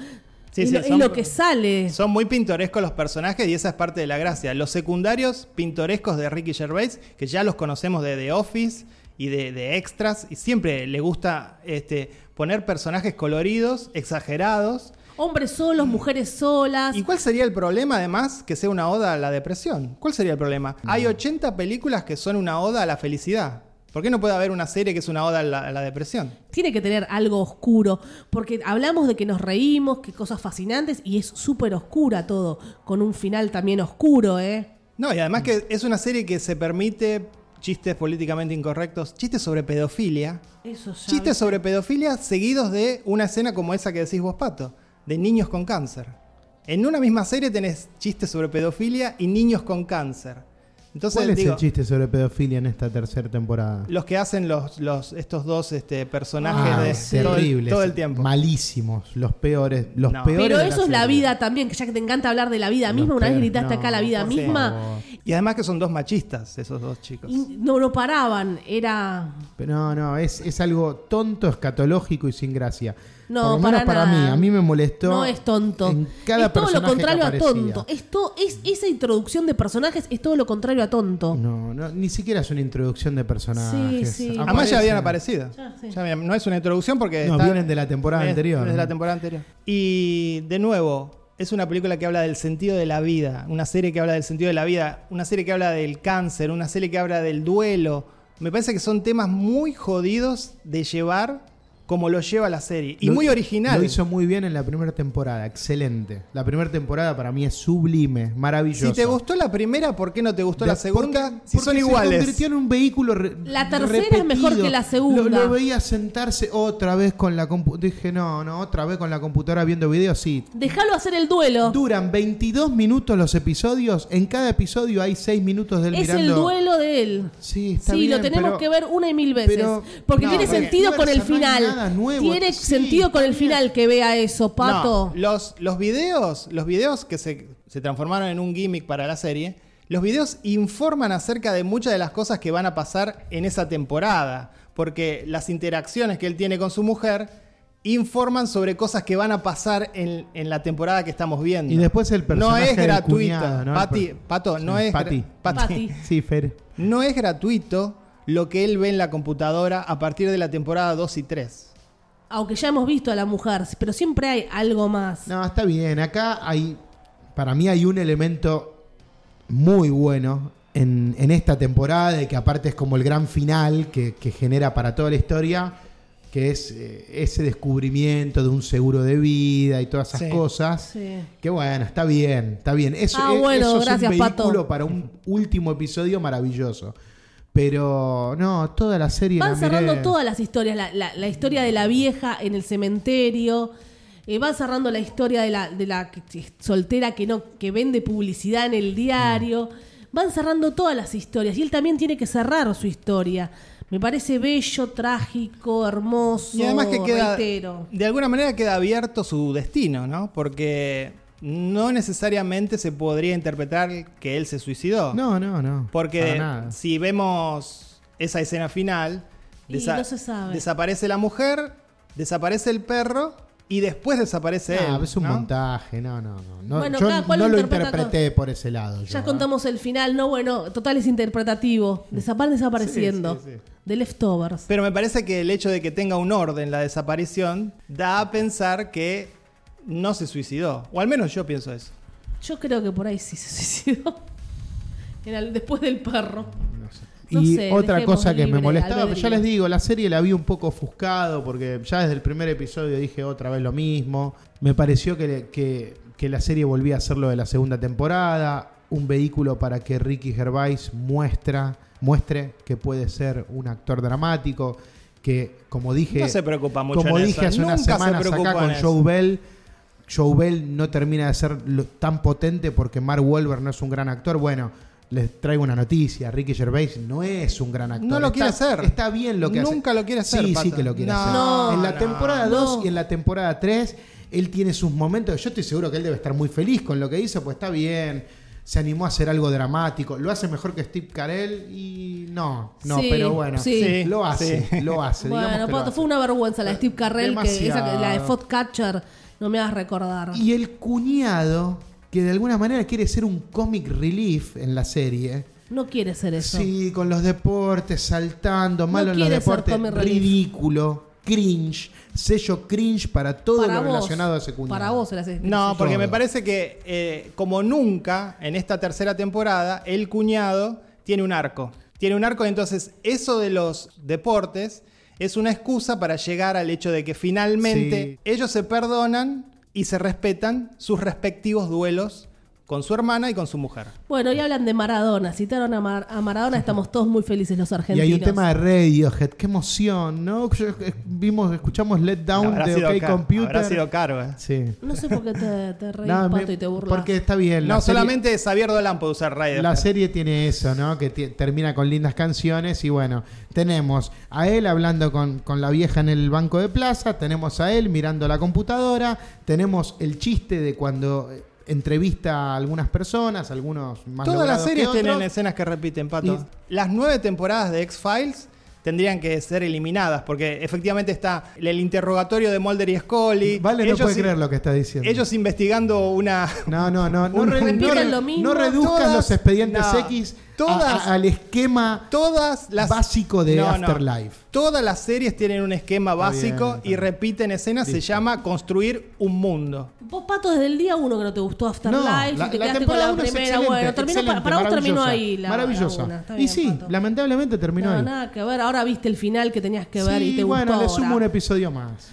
Sí,
es,
sí,
lo, es
son-
lo que sale.
Son muy pintorescos los personajes y esa es parte de la gracia. Los secundarios pintorescos de Ricky Gervais, que ya los conocemos de The Office y de, de Extras, y siempre le gusta este, poner personajes coloridos, exagerados.
Hombres solos, mujeres solas.
¿Y cuál sería el problema, además, que sea una oda a la depresión? ¿Cuál sería el problema? Hay 80 películas que son una oda a la felicidad. ¿Por qué no puede haber una serie que es una oda a la, a la depresión?
Tiene que tener algo oscuro, porque hablamos de que nos reímos, que cosas fascinantes, y es súper oscura todo, con un final también oscuro, ¿eh?
No, y además que es una serie que se permite chistes políticamente incorrectos, chistes sobre pedofilia.
Eso ya.
Chistes sobre pedofilia seguidos de una escena como esa que decís vos, Pato, de niños con cáncer. En una misma serie tenés chistes sobre pedofilia y niños con cáncer. Entonces,
¿Cuál es
digo,
el chiste sobre pedofilia en esta tercera temporada?
los que hacen los, los, estos dos este, personajes
Ah,
de todo, el,
terribles,
todo el tiempo.
Malísimos, los peores, los
No.
peores.
Pero
de
eso es la
serie.
vida también, que ya que te encanta hablar de la vida
Los
misma, una vez
peores,
gritaste
no,
acá la vida
por
misma,
favor.
Y además que son dos machistas esos dos chicos.
y no lo paraban, era...
Pero no, no, es, es algo tonto, escatológico y sin gracia.
No,
Por lo menos
para
para
nada.
mí, a mí me molestó.
No es tonto.
En cada
es todo lo
personaje que
contrario a
aparecía.
tonto. Es to- es, esa introducción de personajes es todo lo contrario a tonto.
No, no, ni siquiera es una introducción de personajes.
Sí, sí.
Aparecen-
Además ya habían aparecido.
Ya, sí.
Ya habían- no es una introducción porque...
Ah, No,
está-
vienen de la temporada
es-
anterior.
es de la temporada anterior. Y de nuevo, es una película que habla del sentido de la vida, una serie que habla del sentido de la vida, una serie que habla del cáncer, una serie que habla del duelo. Me parece que son temas muy jodidos de llevar como lo lleva la serie. Y
Lo-
muy original.
Lo hizo muy bien en la primera temporada, excelente. La primera temporada para mí es sublime, maravilloso.
si te gustó la primera, ¿por qué no te gustó
De-
la segunda?
porque-
si
porque
son
se
iguales.
convirtió en un vehículo. re-
La tercera es mejor que la segunda.
Lo, lo veía sentarse otra vez con la computadora. Dije, no, no, otra vez con la computadora viendo videos. Sí.
Déjalo hacer el duelo.
Duran 22 minutos los episodios. En cada episodio hay 6 minutos del
es
mirando.
el duelo de él.
Sí, está
sí,
bien,
lo tenemos
pero-
que ver una y mil veces.
pero-
porque
no,
tiene
porque
sentido con el
fuerza, no hay
final.
nada nuevo,
tiene
sí,
sentido con el final que vea eso, Pato.
No, los, los videos, los videos que se, se transformaron en un gimmick para la serie, los videos informan acerca de muchas de las cosas que van a pasar en esa temporada. Porque las interacciones que él tiene con su mujer informan sobre cosas que van a pasar en, en la temporada que estamos viendo.
Y después el personaje
No es
del
gratuita.
cuñado, ¿no?
Pati-
El per-
Pato, no
Sí,
es. gra-
Pati.
Pati.
Sí, Fer.
No es gratuito lo que él ve en la computadora a partir de la temporada 2 y 3.
Aunque ya hemos visto a la mujer, pero siempre hay algo más.
No, está bien. Acá hay. Para mí hay un elemento muy bueno en, en esta temporada, de que aparte es como el gran final que, que genera para toda la historia, que es eh, ese descubrimiento de un seguro de vida y todas esas
Sí.
cosas.
Sí.
Que bueno, está bien, está bien. Eso,
Ah,
e-
bueno,
eso es
gracias,
un
Pato.
vehículo para un último episodio maravilloso. Pero no, toda la serie
Van
la
cerrando
miré.
todas las historias, la, la- la historia de la vieja en el cementerio, eh, van cerrando la historia de la, de la que- que- soltera que no, que vende publicidad en el diario, van cerrando todas las historias, y él también tiene que cerrar su historia. Me parece bello, trágico, hermoso,
Y además que queda,
reitero.
de alguna manera queda abierto su destino, ¿no? Porque no necesariamente se podría interpretar que él se suicidó.
No, no, no. para
Porque
nada.
si vemos esa escena final,
Y no se sabe.
desaparece la mujer, desaparece el perro y después desaparece
Ah,
él.
es un
¿no?
montaje, no, no, no. No,
Bueno,
yo
cada cual
no
lo
lo
interpreta
interpreté por ese lado. yo,
Ya
¿eh?
contamos el final, no bueno, total es interpretativo, Desapa- van desapareciendo,
Sí, sí, sí.
de leftovers.
Pero me parece que el hecho de que tenga un orden la desaparición da a pensar que no se suicidó. O al menos yo pienso eso.
Yo creo que por ahí sí se suicidó. En el- después del perro. No
Y
sé,
otra
dejemos
cosa que me
libre
molestaba,
albedrío.
pero ya les digo, la serie la vi un poco ofuscado porque ya desde el primer episodio dije otra vez lo mismo. Me pareció que, que- que la serie volvía a hacer lo de la segunda temporada, un vehículo para que Ricky Gervais muestra, muestre que puede ser un actor dramático, que como dije,
No se preocupa mucho
como
en
dije
eso.
hace unas
Nunca se
semanas
preocupa
acá
en
con
eso.
Joe Bell, Joe Bell no termina de ser lo- tan potente porque Mark Wahlberg no es un gran actor. Bueno, les traigo una noticia. Ricky Gervais no es un gran actor.
No lo
Está-
quiere hacer.
Está bien lo que hace.
Nunca lo quiere hacer,
Sí, sí
Pato.
que lo quiere
No,
hacer.
no,
en la
no,
temporada
no.
2 y en la temporada 3, él tiene sus momentos. Yo estoy seguro que él debe estar muy feliz con lo que hizo, pues está bien. Se animó a hacer algo dramático. Lo hace mejor que Steve Carell y no, no,
Sí,
pero bueno.
sí. Sí,
lo hace,
sí.
lo hace. digamos
Bueno,
que lo
Pato,
hace.
fue una vergüenza la de Steve Carrell, que esa,
Demasiado.
la de Catcher, no me hagas recordar.
Y el cuñado, que de alguna manera quiere ser un comic relief en la serie.
No quiere ser eso.
Sí, con los deportes, saltando, malo en los
quiere ser
deportes,
comic relief.
ridículo, cringe, sello cringe para todo lo relacionado a ese cuñado.
Para vos era ese.
No, porque me
Todo.
parece que eh, como nunca en esta tercera temporada, el cuñado tiene un arco. Tiene un arco, entonces eso de los deportes es una excusa para llegar al hecho de que finalmente
Sí.
ellos se perdonan y se respetan sus respectivos duelos con su hermana y con su mujer.
Bueno, y hablan de Maradona. Citaron a, Mar- a Maradona, estamos todos muy felices los
Y
argentinos.
hay un tema de Radiohead, qué emoción, ¿no? Yo- eh, Vimos, escuchamos Let Down
Habrá
de
sido,
OK
ca- habrá
Computer.
sido caro. eh.
Sí.
No sé por qué te, te reís,
No,
Pato,
me-
y te burlas.
Porque está bien. la
No,
serie-
solamente Xavier Dolan puede usar radio.
La serie tiene eso, ¿no? Que ti- termina con lindas canciones y bueno, tenemos a él hablando con, con la vieja en el banco de plaza, tenemos a él mirando la computadora, tenemos el chiste de cuando eh, entrevista a algunas personas, algunos más
Todas las
logrados que
series
otros.
tienen escenas que repiten, Pato. Las nueve temporadas de X-Files tendrían que ser eliminadas, porque efectivamente está el interrogatorio de Mulder y Scully.
Mm, Vale, no
ellos
puede
in-
creer lo que está diciendo.
Ellos investigando una...
No, no, no. No,
Un-
re- no,
Repiten
re-
lo mismo.
no reduzcas
Todas-
los expedientes
no,
X a-
todas-
a- al esquema
Todas las...
básico de Afterlife.
Todas las series tienen un esquema
Está bien,
básico
está
y
bien.
repiten escenas. Se
Listo.
llama Construir un Mundo.
Vos, Pato, desde el día uno que no te gustó Afterlife, y te quedaste con la
uno es
primera.
excelente,
Bueno, terminó,
excelente,
para, para vos terminó
maravillosa,
ahí la
maravillosa.
la una. Está
y
bien,
sí,
Pato.
lamentablemente terminó
no,
ahí.
nada que ver. Ahora viste el final que tenías que ver
Sí,
y te
bueno,
gustó
le sumo un
ahora.
episodio más.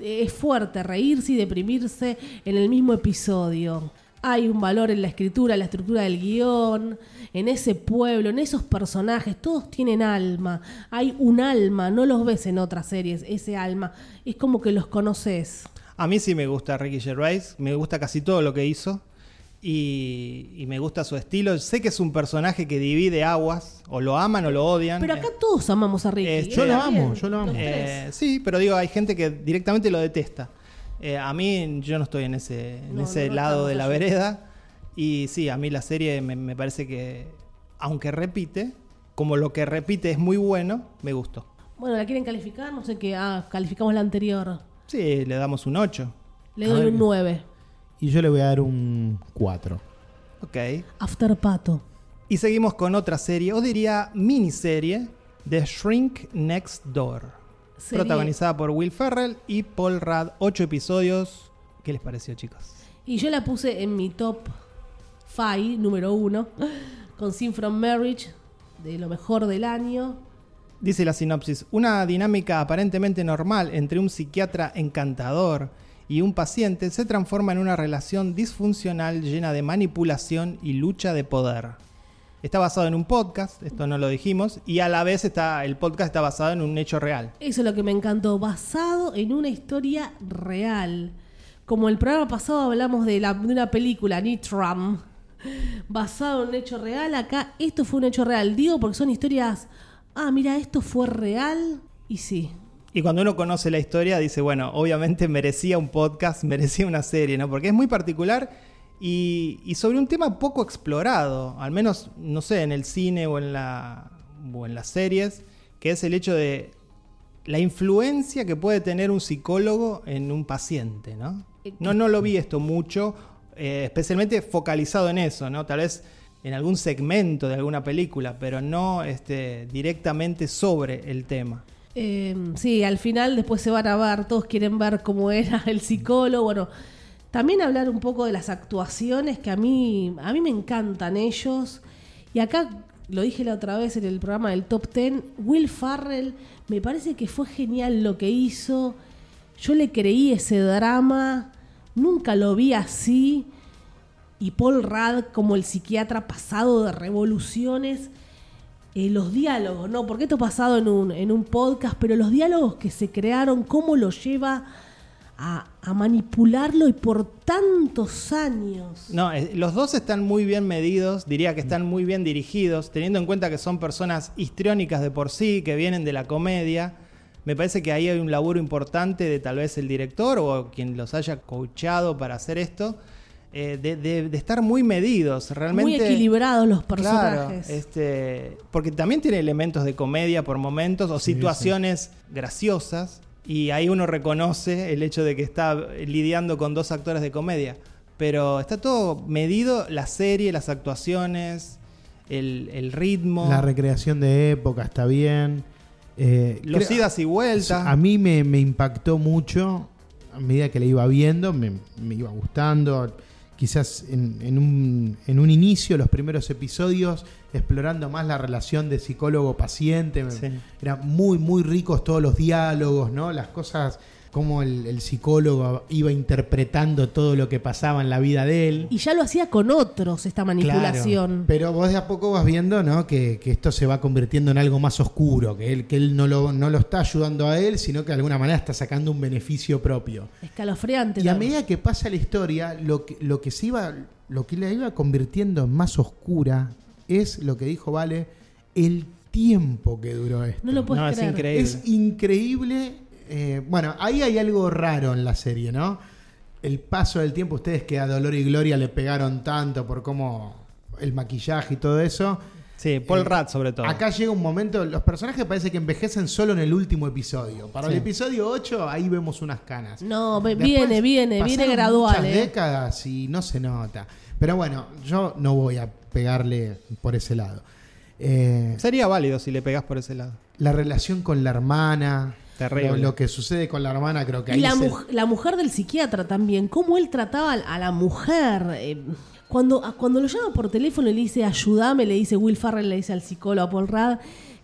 Eh, Es fuerte reírse y deprimirse en el mismo episodio. Hay un valor en la escritura, en la estructura del guión, en ese pueblo, en esos personajes. Todos tienen alma. Hay un alma. No los ves en otras series, ese alma. Es como que los conoces.
A mí sí me gusta Ricky Gervais, me gusta casi todo lo que hizo y, y me gusta su estilo. Sé que es un personaje que divide aguas, o lo aman o lo odian.
Pero acá todos amamos a Ricky.
Este,
Eh, Yo lo
Está
amo,
bien,
yo lo amo.
los tres.
Eh, sí, pero digo, hay gente que directamente lo detesta. Eh, a mí yo no estoy en ese, en
No,
ese
no, no
lado
estamos
de la
allí.
vereda y sí, a mí la serie me, me parece que, aunque repite, como lo que repite es muy bueno, me gustó.
Bueno, la quieren calificar, no sé qué. Ah, calificamos la anterior.
Sí, le damos un 8.
Le
A
doy
ver
un
qué-
9.
Y yo le voy a dar un 4.
Ok.
After Pato.
Y seguimos con otra serie, o diría miniserie, de Shrink Next Door.
Serie.
Protagonizada por Will Ferrell y Paul Rudd. Ocho episodios. ¿Qué les pareció, chicos?
Y yo la puse en mi top 5, número 1, con Sin From Marriage, de lo mejor del año.
Dice la sinopsis, una dinámica aparentemente normal entre un psiquiatra encantador y un paciente se transforma en una relación disfuncional llena de manipulación y lucha de poder. Está basado en un podcast, esto no lo dijimos, y a la vez está, el podcast está basado en un hecho real.
Eso es lo que me encantó, basado en una historia real. Como el programa pasado hablamos de, la- de una película, Nitram, basado en un hecho real, acá esto fue un hecho real. Digo porque son historias, ah, mira, esto fue real y sí.
Y cuando uno conoce la historia, dice, bueno, obviamente merecía un podcast, merecía una serie, ¿no? Porque es muy particular y, y sobre un tema poco explorado, al menos, no sé, en el cine o en, la, o en las series, que es el hecho de la influencia que puede tener un psicólogo en un paciente, ¿no? No, no lo vi esto mucho, eh, especialmente focalizado en eso, ¿no? Tal vez en algún segmento de alguna película, pero no este, directamente sobre el tema.
Eh, sí, al final después se van a ver, todos quieren ver cómo era el psicólogo. Bueno, también hablar un poco de las actuaciones que a mí, a mí me encantan ellos. Y acá, lo dije la otra vez en el programa del Top Ten, Will Farrell, me parece que fue genial lo que hizo. Yo le creí ese drama, nunca lo vi así y Paul Rudd como el psiquiatra pasado de revoluciones, eh, los diálogos, ¿no? Porque esto pasado en un, en un podcast, pero los diálogos que se crearon, cómo lo lleva a, a manipularlo y por tantos años.
No, eh, los dos están muy bien medidos, diría que están muy bien dirigidos, teniendo en cuenta que son personas histriónicas de por sí, que vienen de la comedia. Me parece que ahí hay un laburo importante de tal vez el director o quien los haya coachado para hacer esto, eh, de, de- de estar muy medidos, realmente.
Muy equilibrados los
Claro,
personajes.
este, porque también tiene elementos de comedia por momentos o situaciones graciosas y ahí uno reconoce el hecho de que está lidiando con dos actores de comedia. Pero está todo medido, la serie, las actuaciones, el, el ritmo,
La recreación de época está bien. Eh,
los
creo-
idas y vueltas.
A mí me, me impactó mucho a medida que le iba viendo, me, me iba gustando. Quizás en, en un, en un inicio, los primeros episodios, explorando más la relación de psicólogo-paciente. me-
Sí.
Eran muy, muy ricos todos los diálogos, ¿no? Las cosas, como el, el psicólogo iba interpretando todo lo que pasaba en la vida de él.
Y ya lo hacía con otros esta
Claro,
manipulación.
pero vos de a poco vas viendo, ¿no? Que, que esto se va convirtiendo en algo más oscuro, que él, que él no, lo, no lo está ayudando a él, sino que de alguna manera está sacando un beneficio propio.
Escalofriante.
Y a
también.
medida que pasa la historia, lo que, lo que se iba, lo que la iba convirtiendo en más oscura es lo que dijo Vale, el tiempo que duró esto.
No lo puedes
No, es
creer.
increíble.
Es increíble. eh, bueno, ahí hay algo raro en la serie, ¿no? El paso del tiempo, ustedes que a Dolor y Gloria le pegaron tanto por cómo el maquillaje y todo eso.
Sí, Paul
Eh,
Rudd sobre todo.
Acá llega un momento, los personajes parece que envejecen solo en el último episodio. Para el
Sí.
episodio 8, ahí vemos unas canas.
No, ve-
Después
Mm, viene, viene, viene
pasaron
gradual.
Muchas
eh.
décadas y no se nota. Pero bueno, yo no voy a pegarle por ese lado. Eh,
Sería válido si le pegás por ese lado.
la relación con la hermana.
Terrible.
Lo, lo que sucede con la hermana, creo que
Y
ahí
la,
se-
muj- la mujer del psiquiatra también, cómo él trataba a la mujer. eh, cuando, a- cuando lo llama por teléfono y le dice, ayúdame, le dice Will Farrell, le dice al psicólogo a Paul Rudd,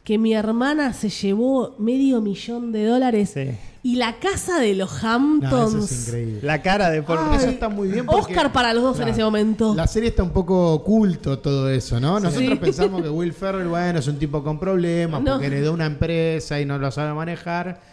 que mi hermana se llevó medio millón de dólares
Sí.
y la casa de los
No,
Hamptons.
eso es increíble.
La cara de Paul
Eso
Rudd.
está muy bien. porque-
Oscar para los dos
Claro.
en ese momento.
La serie está un poco oculto todo eso, ¿no? Nosotros
Sí.
pensamos que Will Ferrell, bueno, es un tipo con problemas
No.
porque heredó una empresa y no lo sabe manejar.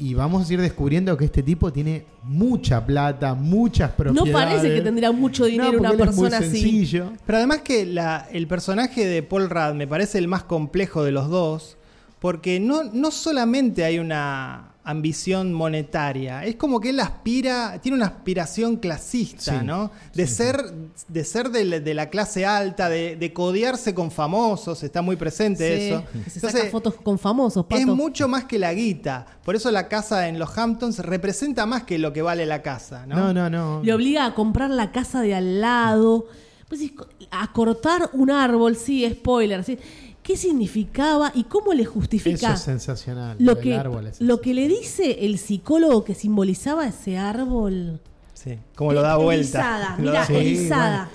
Y vamos a ir descubriendo que este tipo tiene mucha plata, muchas
no
propiedades.
parece que tendría mucho dinero
No, porque
una
él es muy
persona así.
sencillo.
Pero además que la- el personaje de Paul Rudd me parece el más complejo de los dos, porque no, no solamente hay una ambición monetaria, es como que él aspira, tiene una aspiración clasista,
Sí,
¿no? De
sí,
ser, De, ser de, la- de la clase alta, de, de codearse con famosos, está muy presente
Sí,
eso.
que se
Entonces,
saca fotos con famosos, Pato.
es mucho más que la guita, por eso la casa en los Hamptons representa más que lo que vale la casa, ¿no?
No, no, no.
Le obliga a comprar la casa de al lado. Pues, es co- a cortar un árbol, sí, spoiler. sí. ¿Qué significaba y cómo le
Eso
justifica
es sensacional.
lo,
del
que,
árbol es
lo que le dice el psicólogo que simbolizaba ese árbol?
Sí, como lo da vuelta.
Erizada,
Lo da
mira,
Sí,
erizada.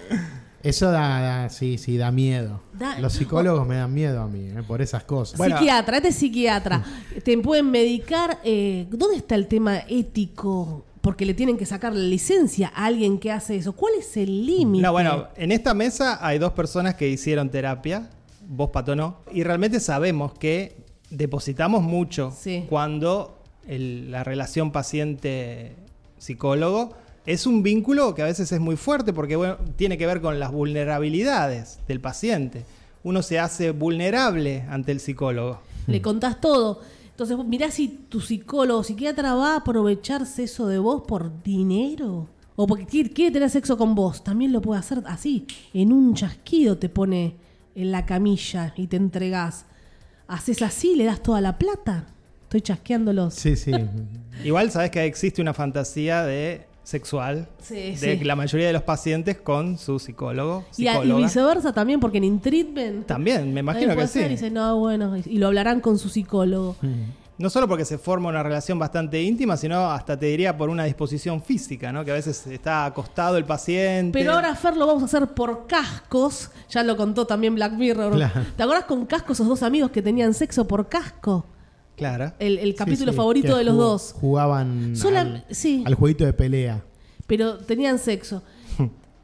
Eso da, da- sí, sí, da miedo.
Da-
Los psicólogos me dan miedo a mí, eh, por esas cosas.
Bueno.
psiquiatra, este es psiquiatra. Te pueden medicar. eh, ¿Dónde está el tema ético? porque le tienen que sacar la licencia a alguien que hace eso. ¿Cuál es el límite?
No, bueno, en esta mesa hay dos personas que hicieron terapia, vos Pato no, y realmente sabemos que depositamos mucho
Sí.
cuando el- la relación paciente-psicólogo es un vínculo que a veces es muy fuerte porque bueno, tiene que ver con las vulnerabilidades del paciente. Uno se hace vulnerable ante el psicólogo.
Le contás todo. Entonces, vos mirá si tu psicólogo o psiquiatra va a aprovecharse eso de vos por dinero. O porque quiere, quiere tener sexo con vos. También lo puede hacer así. En un chasquido te pone en la camilla y te entregás. Haces así, le das toda la plata. Estoy chasqueándolos.
Sí, sí.
Igual sabes que existe una fantasía de sexual
Sí,
de
sí.
la mayoría de los pacientes con su psicólogo.
Y, a- y
psicóloga.
viceversa también, porque en in treatment.
También, me
también
imagino
puede
que
ser, y
sí.
dice, no, bueno, y lo hablarán con su psicólogo.
No solo porque se forma una relación bastante íntima, sino hasta te diría por una disposición física, ¿no? Que a veces está acostado el paciente.
Pero ahora, Fer, lo vamos a hacer por cascos. Ya lo contó también Black Mirror.
Claro.
¿Te acuerdas con casco esos dos amigos que tenían sexo por casco?
Claro.
El, el capítulo
Sí, sí,
favorito
que
de los
jug-
dos.
Jugaban
Sola-
al,
sí.
al jueguito de pelea.
Pero tenían sexo.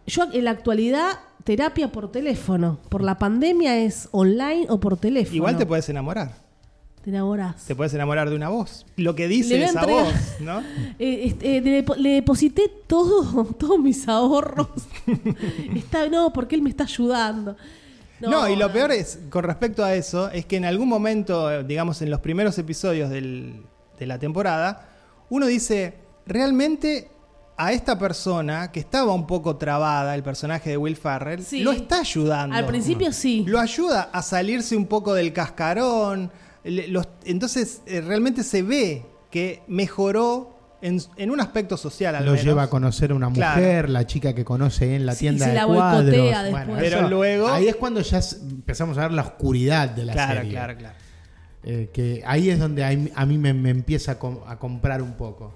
Yo en la actualidad, terapia por teléfono. Por la pandemia es online o por teléfono.
Igual te puedes enamorar.
Te enamorás.
Te puedes enamorar de una voz. Lo que
Le
dice
voy a
esa
entregar-
voz, ¿no?
Eh, este, eh, le, depo- le deposité todo, todos mis ahorros. Está, no, porque él me está ayudando.
No, y lo peor es, con respecto a eso, es que en algún momento, eh, digamos en los primeros episodios del- de la temporada, uno dice, realmente a esta persona que estaba un poco trabada, el personaje de Will Farrell,
Sí.
lo está ayudando.
Al principio sí.
Lo ayuda a salirse un poco del cascarón. le- los- entonces, eh, realmente se ve que mejoró en, en un aspecto social al
Lo
menos.
lleva a conocer a una mujer,
Claro.
la chica que conoce en la
Sí,
tienda
se
de
la boicotea
cuadros.
después.
Pero luego-
ahí es cuando ya s- empezamos a ver la oscuridad de la
Claro,
serie.
claro, claro.
Eh, que ahí es donde ahí- a mí me, me empieza a, com- a comprar un poco.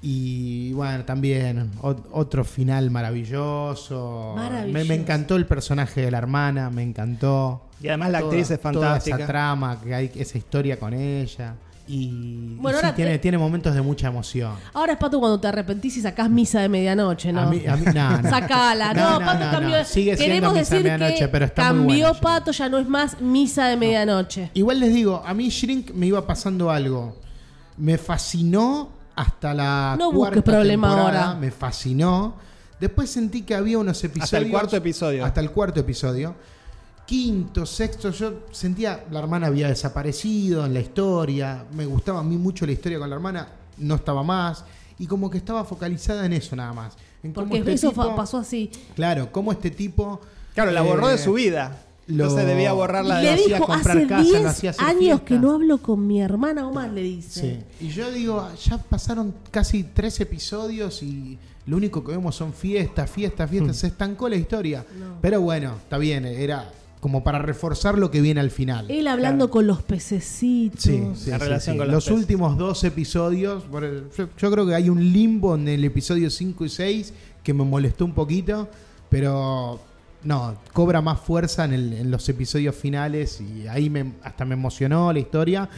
Y bueno, también ot- otro final maravilloso.
Maravilloso.
Me, me encantó el personaje de la hermana, me encantó.
Y además la
Toda-
actriz es fantástica.
Toda esa trama, que hay esa historia con ella. Y, y
Bueno,
sí,
ahora
tiene,
te-
tiene momentos de mucha emoción.
Ahora es Pato cuando te arrepentís y sacás misa de medianoche, ¿no?
A mí, a mí- no, no.
Sacala. No, Pato cambió.
Sigue siendo
Queremos
misa
decir
medianoche,
que
pero está
cambió
muy bueno,
Pato, ya no es más misa de medianoche.
Igual les digo, a mí Shrink me iba pasando algo. Me fascinó hasta la
No busques
cuarta
problema
temporada,
ahora.
Me fascinó. Después sentí que había unos episodios.
Hasta el cuarto episodio.
Hasta el cuarto episodio. Quinto, sexto, yo sentía la hermana había desaparecido en la historia. Me gustaba a mí mucho la historia con la hermana. No estaba más. Y como que estaba focalizada en eso nada más. En cómo
Porque
este
eso
tipo-
fa- pasó así.
Claro, cómo este tipo.
Claro, la borró de
eh,
su vida.
lo-
Entonces debía
Y
borrarla de
le
la
hacía
dijo,
comprar
hace
casa, lo
10
hacía hacer
años
fiesta".
que no hablo con mi hermana, o más le dice.
Sí. Y yo digo, ah, ya pasaron casi tres episodios y lo único que vemos son fiestas, fiestas, fiestas. Se estancó la historia. Pero bueno, está bien, era como para reforzar lo que viene al final.
Él hablando con los pececitos.
Sí, sí,
La
sí,
relación
sí.
con los
los
peces.
últimos dos episodios. por el- yo, yo creo que hay un limbo en el episodio 5 y 6 que me molestó un poquito, pero no, cobra más fuerza en, el- en los episodios finales y ahí me, hasta me emocionó la historia.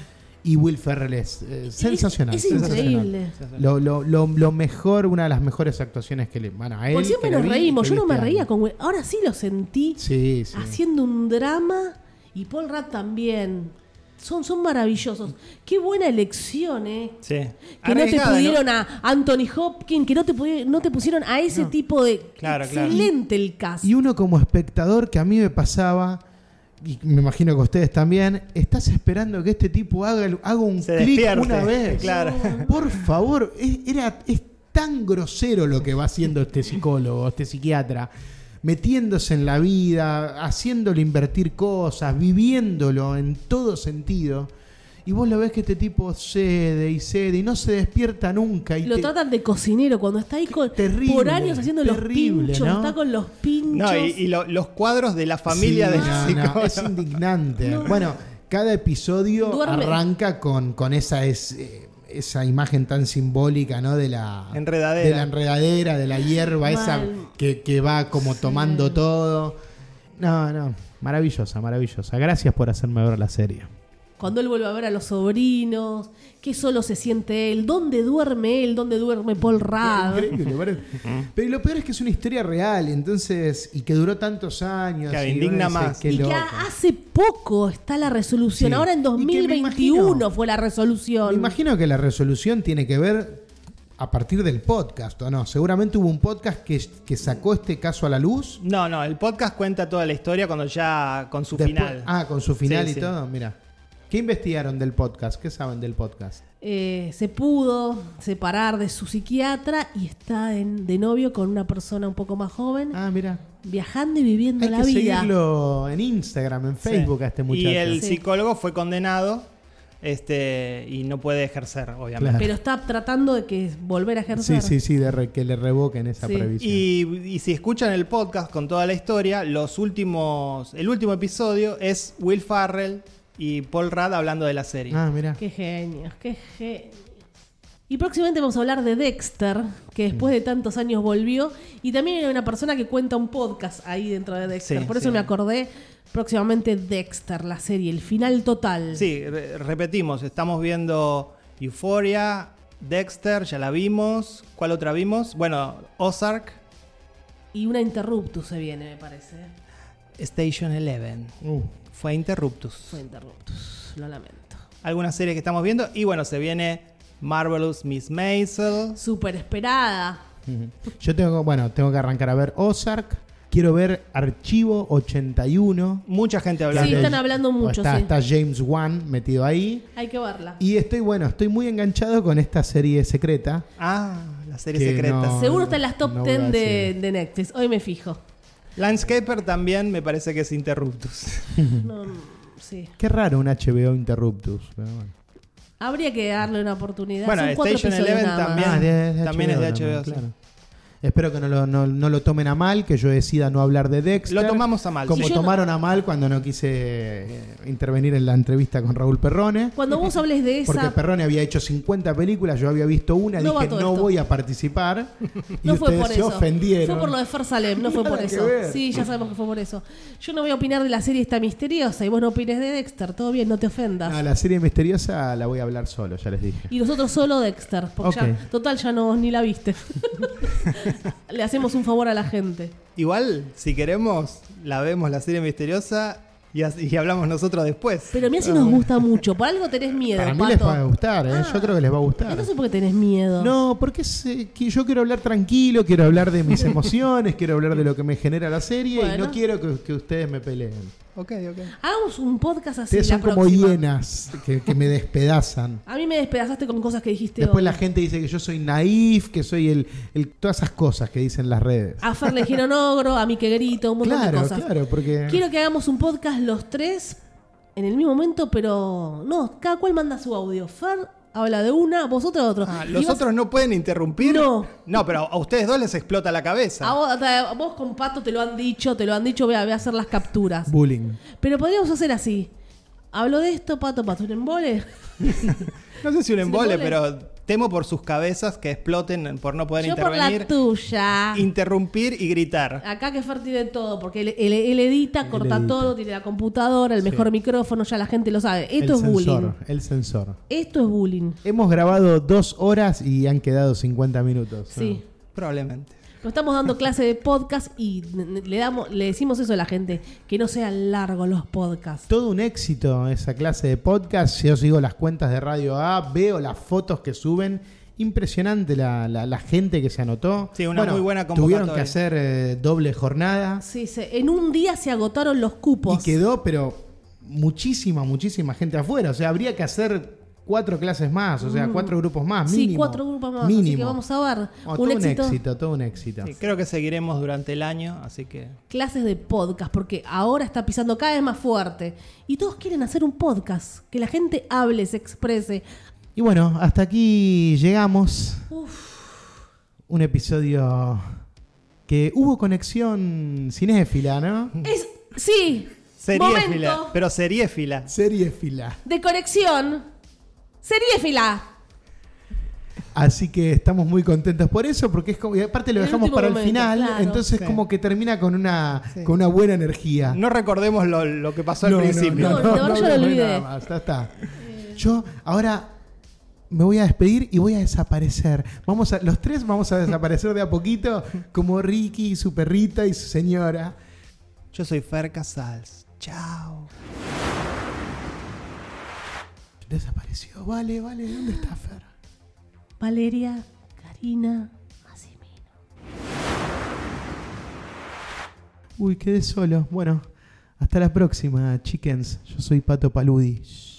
Y Will Ferrell es eh, sensacional.
Es
sensacional.
increíble.
Lo, lo- lo- lo mejor, una de las mejores actuaciones que le van a él.
Por
que
siempre
le
nos
vi,
reímos.
que
Yo
vi
no me
este
reía
año.
con Will. Ahora sí lo sentí
Sí, sí.
haciendo un drama y Paul Rudd también. Son, son maravillosos. Qué buena elección, ¿eh?
Sí.
Que no te
Arriesgada,
pudieron a Anthony Hopkins, que no te, pudi- no te pusieron a ese tipo de...
Claro, claro.
Excelente el cast.
Y uno como espectador que a mí me pasaba, y me imagino que ustedes también, estás esperando que este tipo haga, el- haga un
Se
clic
despierte,
una vez.
claro.
Por favor, es, era, es tan grosero lo que va haciendo este psicólogo, este psiquiatra, metiéndose en la vida, haciéndole invertir cosas, viviéndolo en todo sentido. Y vos lo ves que este tipo cede y cede y no se despierta nunca. Y
Lo
te-
tratan de cocinero cuando está ahí con,
terrible,
por años haciendo
terrible,
los pinchos.
¿no?
Está con los pinchos.
No, y, y lo- los cuadros de la familia
Sí,
del
no, no,
psicólogo.
es indignante. Bueno, cada episodio
Duerme.
arranca con, con esa es, eh, esa imagen tan simbólica, ¿no? De la
Enredadera.
de la enredadera, de la hierba esa
Mal.
que, que va como tomando todo. No, no, maravillosa, maravillosa. Gracias por hacerme ver la serie.
cuando él vuelve a ver a los sobrinos, que solo se siente él, dónde duerme él, dónde duerme Paul Rudd.
Increíble, parece. Pero lo peor es que es una historia real, entonces, y que duró tantos años.
Claro,
y uno
indigna
dice,
más.
qué
y
loco.
que hace poco está la resolución.
Sí.
Ahora en
Y que me
2021
imagino-
fue la
Me
resolución.
imagino que la resolución tiene que ver a partir del podcast, ¿o no? Seguramente hubo un podcast que, que sacó este caso a la luz.
No, no, el podcast cuenta toda la historia cuando ya con su
Después-
final.
Ah, con su final
Sí,
y
sí.
todo, mira. ¿Qué investigaron del podcast? ¿Qué saben del podcast?
Eh, se pudo separar de su psiquiatra y está en- de novio con una persona un poco más joven,
Ah, mira.
viajando y viviendo
Hay
la
que
vida.
seguirlo en Instagram, en
Sí.
Facebook a este muchacho.
Y el
Sí.
psicólogo fue condenado este, y no puede ejercer, obviamente.
Claro.
Pero está tratando de que volver a
Sí,
ejercer.
sí, sí, de re- que le revoquen esa
Sí.
previsión.
Y, y si escuchan el podcast con toda la historia, los últimos, el último episodio es Will Farrell y Paul Rudd hablando de la serie.
Ah, mira.
Qué genios, qué genios. Y próximamente vamos a hablar de Dexter, que después de tantos años volvió. Y también hay una persona que cuenta un podcast ahí dentro de Dexter.
Sí,
Por eso
sí.
me acordé próximamente Dexter, la serie, el final total.
Sí, re- repetimos, estamos viendo Euphoria, Dexter, ya la vimos. ¿Cuál otra vimos? Bueno, Ozark,
Y una interruptus se viene, me parece.
Station Eleven.
Uh,
Fue Interruptus.
Fue interruptus, lo lamento.
Algunas series que estamos viendo. Y bueno, se viene Marvelous Miss Maisel.
Súper esperada.
ujú. Yo tengo, bueno, tengo que arrancar a ver Ozark. Quiero ver Archivo 81.
Mucha gente hablando.
Sí,
Claro,
están
y-
hablando
o
mucho,
Está,
sí.
está James Wan metido ahí.
Hay que verla.
Y estoy, bueno, estoy muy enganchado con esta serie secreta.
Ah, la serie
Que
secreta.
no.
Seguro está en las top
no voy a
10 de,
decir.
de Netflix. Hoy me fijo.
Landscaper también me parece que es Interruptus.
No, no, sí.
Qué raro un HBO Interruptus. pero bueno.
Habría que darle una oportunidad.
Bueno,
Son cuatro
Station
episodios
Eleven
nada más.
también.
Ah,
También es de
también,
HBO, sí.
Espero que no lo, no- no lo tomen a mal, que yo decida no hablar de Dexter.
Lo tomamos a mal.
Como
Sí, yo no-
tomaron a mal cuando no quise eh, intervenir en la entrevista con Raúl Perrone.
Cuando vos hables de
Porque
Pues esa,
Perrone había hecho 50 películas, yo había visto una,
No va
dije
todo
no
esto".
voy a participar. y
no fue
ustedes
por
se
eso.
ofendieron.
Fue por lo de Fer Salem, no fue
Nada
por
que
eso.
ver.
Sí, ya sabemos que fue por eso. Yo no voy a opinar de la serie esta misteriosa y vos no opines de Dexter. Todo bien, no te ofendas.
No, la serie misteriosa la voy a hablar solo, ya les dije.
Y nosotros solo Dexter, porque
Ok.
ya, total ya no ni la viste. Le hacemos un favor a la gente.
Igual, si queremos, la vemos la serie misteriosa y, as- y hablamos nosotros después.
Pero mira si nos gusta mucho. Por algo tenés miedo,
Ah, Para mí
Pato.
les va a gustar, ¿eh? yo creo que les va a gustar.
Ah. Entonces, ¿por qué tenés miedo?
No, porque es, eh, que yo quiero hablar tranquilo, quiero hablar de mis emociones, quiero hablar de lo que me genera la serie y
Bueno.
no quiero que, que ustedes me peleen.
Ok, ok.
Hagamos un podcast así.
Ustedes
la
son como
próxima.
hienas que, que me despedazan.
A mí me despedazaste con cosas que dijiste
Después
hoy.
la gente dice que yo soy naif, que soy el, el- todas esas cosas que dicen las redes.
A Fer le dijeron ogro, a mí que grito, Ah, un montón de
Claro,
cosas.
claro, porque
Quiero que hagamos un podcast los tres en el mismo momento, pero no, cada cual manda su audio. Fer habla de una, vosotros de otro.
Ah,
Y
¿Los
vas-
otros no pueden interrumpir?
No.
No, pero a ustedes dos les explota la cabeza.
a vos, a vos con Pato te lo han dicho, te lo han dicho, voy a, voy a hacer las capturas.
bullying.
Pero podríamos hacer así. Hablo de esto, Pato, Pato, un embole.
No sé si un
¿Se
embole,
embole?
pero temo por sus cabezas que exploten por no poder
Yo por la Ah.
intervenir,
tuya.
interrumpir y gritar.
Acá que Fer tiene todo, porque él, él- él edita, corta
edita.
todo, tiene la computadora, el mejor micrófono, ya la gente lo sabe. Esto
el
es
sensor,
bullying.
el sensor.
Esto es bullying.
Hemos grabado dos horas y han quedado 50 minutos.
Sí.
Probablemente.
Nos estamos dando clase de podcast y n- n- le damos, le decimos eso a la gente, que no sean largos los podcasts.
Todo un éxito esa clase de podcast. Yo sigo las cuentas de Radio A, veo las fotos que suben. Impresionante la, la- la gente que se anotó.
Sí, una muy buena
Tuvieron que
convocatoria.
hacer eh, doble jornada.
Sí, se- en un día se agotaron los cupos.
Y quedó, pero muchísima, muchísima gente afuera. O sea, habría que hacer cuatro clases más, o
Mm.
sea, cuatro grupos más,
sí,
mínimo.
cuatro grupos más.
Mínimo.
Así que vamos a ver.
No,
un
todo
éxito.
un éxito, todo un éxito.
Sí, creo que seguiremos durante el año, así que...
Clases de podcast, porque ahora está pisando cada vez más fuerte. Y todos quieren hacer un podcast, que la gente hable, se exprese.
Y bueno, hasta aquí llegamos.
Uf,
Un episodio que hubo conexión cinéfila, ¿no?
es, sí,
Seriéfila,
momento
pero seriéfila.
Seriéfila.
de conexión. Seriéfila.
Así que estamos muy contentos por eso, porque es como, y aparte lo
El
dejamos
último
para el
momento,
final,
claro.
entonces
Sí.
como que termina con una,
Sí.
con una buena energía.
No recordemos lo, lo que pasó al
No, no,
principio.
No, no, yo lo
no,
olvidé.
nada
Eh.
más, ya está. Yo ahora me voy a despedir y voy a desaparecer. Vamos a, los tres vamos a desaparecer de a poquito, como Ricky y su perrita y su señora.
Yo soy Fer Casals. Chao.
Desapareció. Vale, vale, ¿dónde está Fer?
Valeria, Karina, Massimino.
Uy, quedé solo. Bueno, hasta la próxima, chickens. Yo soy Pato Paludi.